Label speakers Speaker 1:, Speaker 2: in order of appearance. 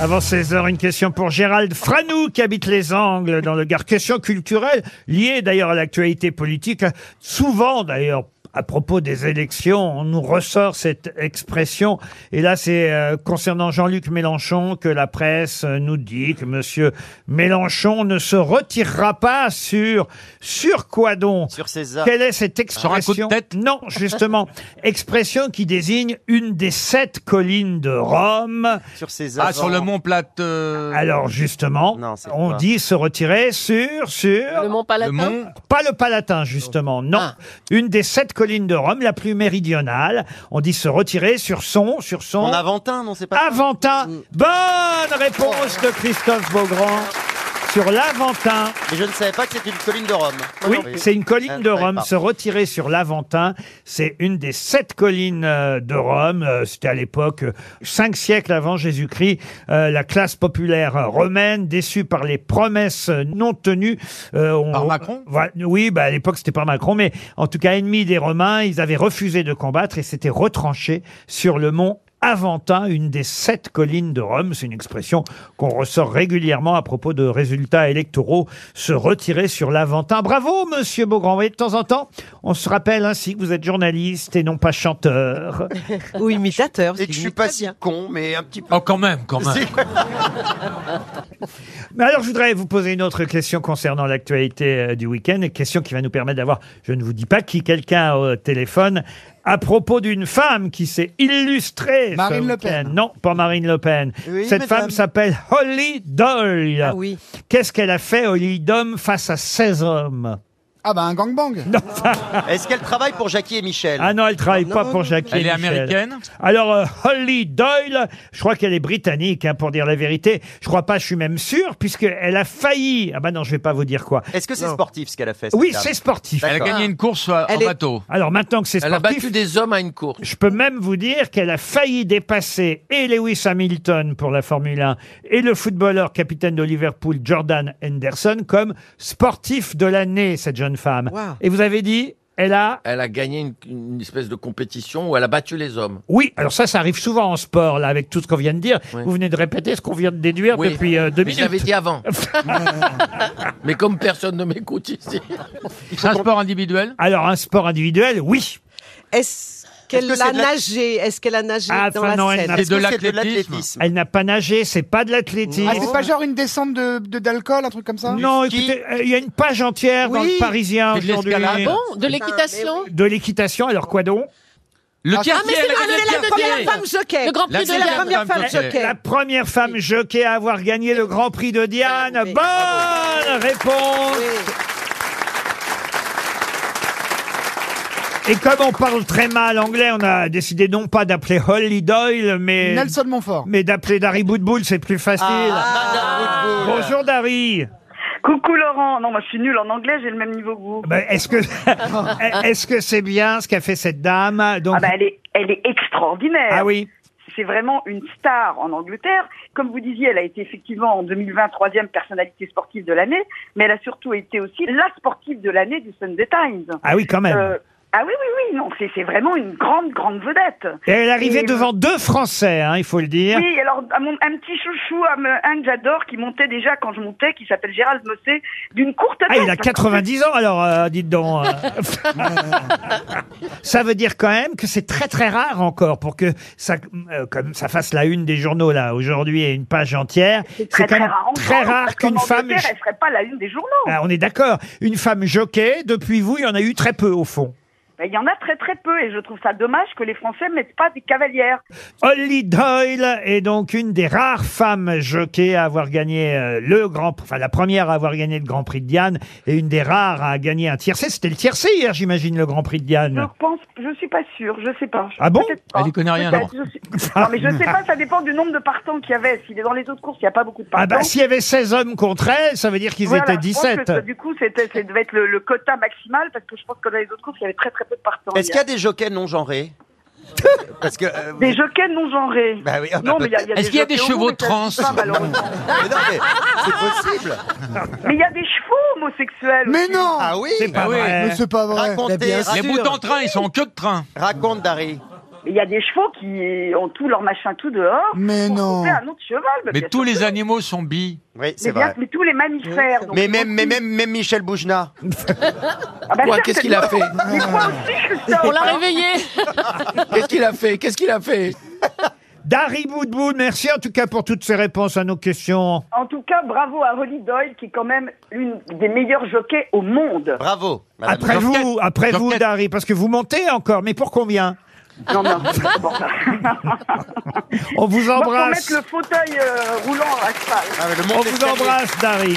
Speaker 1: Avant 16h, une question pour Gérald Franou qui habite les Angles dans le Gard. Question culturelle liée d'ailleurs à l'actualité politique. Souvent d'ailleurs, à propos des élections, on nous ressort cette expression. Et là, c'est euh, concernant Jean-Luc Mélenchon que la presse euh, nous dit que Monsieur Mélenchon ne se retirera pas sur sur quoi donc
Speaker 2: Sur ses a-
Speaker 1: Quelle est cette expression
Speaker 2: Sur un coup de tête
Speaker 1: Non, justement, expression qui désigne une des sept collines de Rome.
Speaker 2: Sur ses
Speaker 3: Ah,
Speaker 2: avants.
Speaker 3: sur le Mont Plate. euh,
Speaker 1: Alors justement,
Speaker 2: Non, c'est
Speaker 1: on
Speaker 2: quoi
Speaker 1: dit se retirer sur, sur...
Speaker 4: Le Mont
Speaker 3: le
Speaker 4: Palatin.
Speaker 3: Mont.
Speaker 1: Pas le Palatin, justement, non.
Speaker 4: Ah.
Speaker 1: Une des sept collines de Rome, la plus méridionale. On dit se retirer sur son, sur son...
Speaker 2: En Aventin, non, c'est
Speaker 1: Ah.
Speaker 2: pas.
Speaker 1: Aventin.
Speaker 2: Mm.
Speaker 1: Bonne réponse de Christophe Beaugrand sur l'Aventin.
Speaker 2: Mais je ne savais pas que c'était une colline de Rome.
Speaker 1: Oui, c'est une
Speaker 2: Ah,
Speaker 1: colline de
Speaker 2: je savais
Speaker 1: Rome.
Speaker 2: pas.
Speaker 1: Se retirer sur l'Aventin, c'est une des sept collines euh, de Rome. Euh, C'était à l'époque, euh, cinq siècles avant Jésus-Christ. Euh, la classe populaire euh, romaine, déçue par les promesses non tenues. euh, on-
Speaker 3: Par Macron
Speaker 1: Voilà. Oui, bah, à l'époque, c'était par Macron, mais en tout cas, ennemis des Romains, ils avaient refusé de combattre et s'étaient retranchés sur le mont Aventin, une des sept collines de Rome. C'est une expression qu'on ressort régulièrement à propos de résultats électoraux, se retirer sur l'Aventin. Bravo, monsieur Beaugrand. Vous voyez, de temps en temps, on se rappelle ainsi que vous êtes journaliste et non pas chanteur.
Speaker 5: Ou imitateur.
Speaker 2: Et que je suis pas si con, mais un petit peu.
Speaker 3: Oh, quand même, quand même.
Speaker 1: Mais alors, je voudrais vous poser une autre question concernant l'actualité euh, du week-end, une question qui va nous permettre d'avoir, je ne vous dis pas qui, quelqu'un au téléphone, à propos d'une femme qui s'est illustrée.
Speaker 6: Marine
Speaker 1: ce
Speaker 6: Le
Speaker 1: week-end.
Speaker 6: Pen.
Speaker 1: Non, pas Marine Le Pen.
Speaker 2: Oui,
Speaker 1: Cette
Speaker 2: madame.
Speaker 1: femme s'appelle Holly Doyle.
Speaker 5: Ah oui.
Speaker 1: Qu'est-ce qu'elle a fait, Holly Doyle, face à 16 hommes
Speaker 6: Ah bah un gangbang
Speaker 2: Est-ce qu'elle travaille pour Jackie et Michel
Speaker 1: Ah non, elle travaille pas pour Jackie.
Speaker 3: Elle est
Speaker 1: et Michel.
Speaker 3: américaine
Speaker 1: Alors, euh, Holly Doyle, je crois qu'elle est britannique, hein, pour dire la vérité. Je crois pas, je suis même sûr, puisqu'elle a failli. Ah bah non, je vais pas vous dire quoi.
Speaker 2: Est-ce que c'est
Speaker 1: Non.
Speaker 2: sportif ce qu'elle a fait cette
Speaker 1: Oui,
Speaker 2: dame
Speaker 1: c'est sportif.
Speaker 3: Elle a gagné une course euh, en
Speaker 5: Elle est-
Speaker 3: bateau.
Speaker 1: Alors maintenant que c'est
Speaker 7: Elle a
Speaker 1: sportif,
Speaker 7: battu des hommes à une course.
Speaker 1: je peux même vous dire qu'elle a failli dépasser et Lewis Hamilton pour la Formule 1 et le footballeur capitaine de Liverpool Jordan Henderson comme sportif de l'année, cette jeune femme.
Speaker 5: Wow.
Speaker 1: Et vous avez dit, elle a...
Speaker 7: Elle a gagné une, une espèce de compétition où elle a battu les hommes.
Speaker 1: Oui, alors ça, ça arrive souvent en sport, là, avec tout ce qu'on vient de dire.
Speaker 7: Oui.
Speaker 1: Vous venez de répéter ce qu'on vient de déduire
Speaker 7: Oui.
Speaker 1: depuis euh, deux
Speaker 7: Mais je l'avais
Speaker 1: minutes.
Speaker 7: dit avant. Mais comme personne ne m'écoute ici.
Speaker 3: C'est un sport individuel
Speaker 1: Alors, un sport individuel, oui.
Speaker 5: Est-ce qu'elle
Speaker 2: Est-ce que c'est
Speaker 5: a
Speaker 2: de la-
Speaker 5: nagé Est-ce qu'elle a nagé
Speaker 1: Ah,
Speaker 5: dans
Speaker 1: enfin,
Speaker 5: la
Speaker 1: non, elle
Speaker 5: Seine
Speaker 1: n'a-
Speaker 3: C'est
Speaker 2: Est-ce
Speaker 3: de
Speaker 2: que c'est de
Speaker 3: l'athlétisme.
Speaker 2: l'athlétisme
Speaker 1: Elle n'a pas nagé, c'est pas de l'athlétisme.
Speaker 6: Ah c'est pas genre une descente de de- d'alcool, un truc comme ça
Speaker 1: Non,
Speaker 2: ski.
Speaker 1: écoutez, euh, il y a une page entière dans
Speaker 5: Oui.
Speaker 1: le Parisien
Speaker 3: C'est de
Speaker 1: aujourd'hui.
Speaker 3: l'escalade.
Speaker 4: Bon, de l'équitation.
Speaker 1: De l'équitation, alors quoi donc
Speaker 3: Le
Speaker 6: Ah,
Speaker 3: quartier,
Speaker 5: Ah, mais c'est
Speaker 3: elle a
Speaker 5: la,
Speaker 3: gagné
Speaker 5: c'est la
Speaker 3: le
Speaker 5: première
Speaker 3: quartier.
Speaker 5: femme jockey.
Speaker 4: Le Grand
Speaker 3: La
Speaker 4: Prix de
Speaker 5: C'est
Speaker 3: deuxième
Speaker 4: la
Speaker 5: la première femme
Speaker 3: femme jockey.
Speaker 5: jockey.
Speaker 1: La première femme jockey à avoir gagné le Grand Prix de Diane. Bonne réponse. Et comme on parle très mal anglais, on a décidé non pas d'appeler Holly Doyle, mais
Speaker 6: Nelson Montfort.
Speaker 1: mais d'appeler Dari Boudboul, c'est plus facile.
Speaker 2: Ah,
Speaker 8: Ah.
Speaker 2: Madame Woodbury.
Speaker 1: Bonjour Dari.
Speaker 8: Coucou Laurent, non moi je suis nulle en anglais, j'ai le même niveau que vous.
Speaker 1: Ben, est-ce que est-ce que c'est bien ce qu'a fait cette dame Donc
Speaker 8: Ah bah elle est, elle est extraordinaire.
Speaker 1: ah oui.
Speaker 8: C'est vraiment une star en Angleterre. Comme vous disiez, elle a été effectivement en 2020 troisième personnalité sportive de l'année, mais elle a surtout été aussi la sportive de l'année du Sunday Times.
Speaker 1: Ah oui, quand même.
Speaker 8: Euh, ah oui, oui, oui, non, c'est c'est vraiment une grande, grande vedette.
Speaker 1: Et elle arrivait
Speaker 8: et-
Speaker 1: devant deux Français, hein, il faut le dire.
Speaker 8: Oui, alors à mon- un petit chouchou, un, un que j'adore, qui montait déjà quand je montais, qui s'appelle Gérald Mossé, d'une courte
Speaker 1: Ah, il a
Speaker 8: tête.
Speaker 1: 90 ans alors, euh, dites donc. ça veut dire quand même que c'est très très rare encore pour que ça, euh, comme ça fasse la une des journaux là aujourd'hui et une page entière. C'est
Speaker 8: Très,
Speaker 1: quand
Speaker 8: très
Speaker 1: même
Speaker 8: rare, en
Speaker 1: très
Speaker 8: France,
Speaker 1: rare
Speaker 8: parce
Speaker 1: qu'une
Speaker 8: qu'en
Speaker 1: femme.
Speaker 8: Angleterre, elle ferait pas la une des journaux.
Speaker 1: Ah, on est d'accord. Une femme jockey, depuis vous, il y en a eu très peu au fond.
Speaker 8: Ben, Il y en a très très peu et je trouve ça dommage que les Français mettent pas des cavalières.
Speaker 1: Holly Doyle est donc une des rares femmes jockeys à avoir gagné euh, le grand, enfin la première à avoir gagné le Grand Prix de Diane et une des rares à gagner un tiercé. C'était le tiercé hier, j'imagine, le Grand Prix de Diane.
Speaker 8: Je pense, je suis pas sûre, je sais pas. Je-
Speaker 1: Ah bon
Speaker 8: peut-être pas.
Speaker 3: Elle y connaît rien,
Speaker 8: Peut-être, je suis- Non mais je sais pas, ça dépend du nombre de partants qu'il y avait. S'il est dans les autres courses, il n'y a pas beaucoup de partants.
Speaker 1: Ah bah s'il y avait 16 hommes contre elle, ça veut dire qu'ils
Speaker 8: Voilà,
Speaker 1: étaient
Speaker 8: je pense que
Speaker 1: 17.
Speaker 8: ça, du coup, c'était, ça devait être le, le quota maximal parce que je pense que dans les autres courses, il y avait très très peu de partants.
Speaker 2: Est-ce
Speaker 8: Il
Speaker 2: qu'il
Speaker 8: y
Speaker 2: y
Speaker 8: a
Speaker 2: a des jockeys non genrés Parce que. euh,
Speaker 8: des jockeys non genrés
Speaker 2: Bah oui, ah bah
Speaker 8: non, mais il y a, il y a
Speaker 3: Est-ce qu'il y a des
Speaker 8: jockeys
Speaker 3: chevaux
Speaker 8: homo, mais ça
Speaker 3: trans
Speaker 8: existe pas, malheureusement.
Speaker 2: mais non, mais c'est possible.
Speaker 8: Mais il y a des chevaux homosexuels.
Speaker 6: Mais non
Speaker 2: Ah oui
Speaker 1: C'est pas
Speaker 3: Ah oui.
Speaker 1: vrai.
Speaker 6: Mais c'est pas vrai
Speaker 2: Racontez,
Speaker 3: Les bouts en train, ils sont en queue de train.
Speaker 2: raconte Dari.
Speaker 8: Mais il y a des chevaux qui ont tout leur machin tout dehors.
Speaker 6: Mais
Speaker 8: pour
Speaker 6: non.
Speaker 8: trouver un autre cheval. bah,
Speaker 3: Mais
Speaker 8: bien
Speaker 3: tous
Speaker 8: sûr que-
Speaker 3: les animaux sont billes.
Speaker 2: Oui,
Speaker 8: mais
Speaker 2: c'est
Speaker 8: bien-
Speaker 2: vrai.
Speaker 8: mais tous les mammifères. donc
Speaker 2: Mais
Speaker 8: ils
Speaker 2: même,
Speaker 8: ont-
Speaker 2: mais même, même Michel Boujna.
Speaker 8: Ah bah
Speaker 7: Quoi, qu'est-ce qu'il a fait
Speaker 8: certainement. Mais toi aussi, Christophe.
Speaker 4: On l'a réveillé.
Speaker 7: Qu'est-ce qu'il a fait Qu'est-ce qu'il a fait
Speaker 1: Dari Boudboul, merci en tout cas pour toutes ces réponses à nos questions.
Speaker 8: En tout cas, bravo à Holly Doyle, qui est quand même l'une des meilleures jockeys au monde.
Speaker 2: Bravo. madame.
Speaker 1: Après
Speaker 3: Jean-Pierre-
Speaker 1: vous, après vous,
Speaker 3: Jean-Pierre-
Speaker 1: Dari, parce que vous montez encore, mais pour combien
Speaker 8: Non, non, bon.
Speaker 1: On vous
Speaker 8: Moi, pour mettre
Speaker 1: embrasse.
Speaker 8: le fauteuil euh, roulant à cheval.
Speaker 2: Ah, mais le monde
Speaker 1: On
Speaker 2: est
Speaker 1: vous
Speaker 2: fermé.
Speaker 1: embrasse, Dari.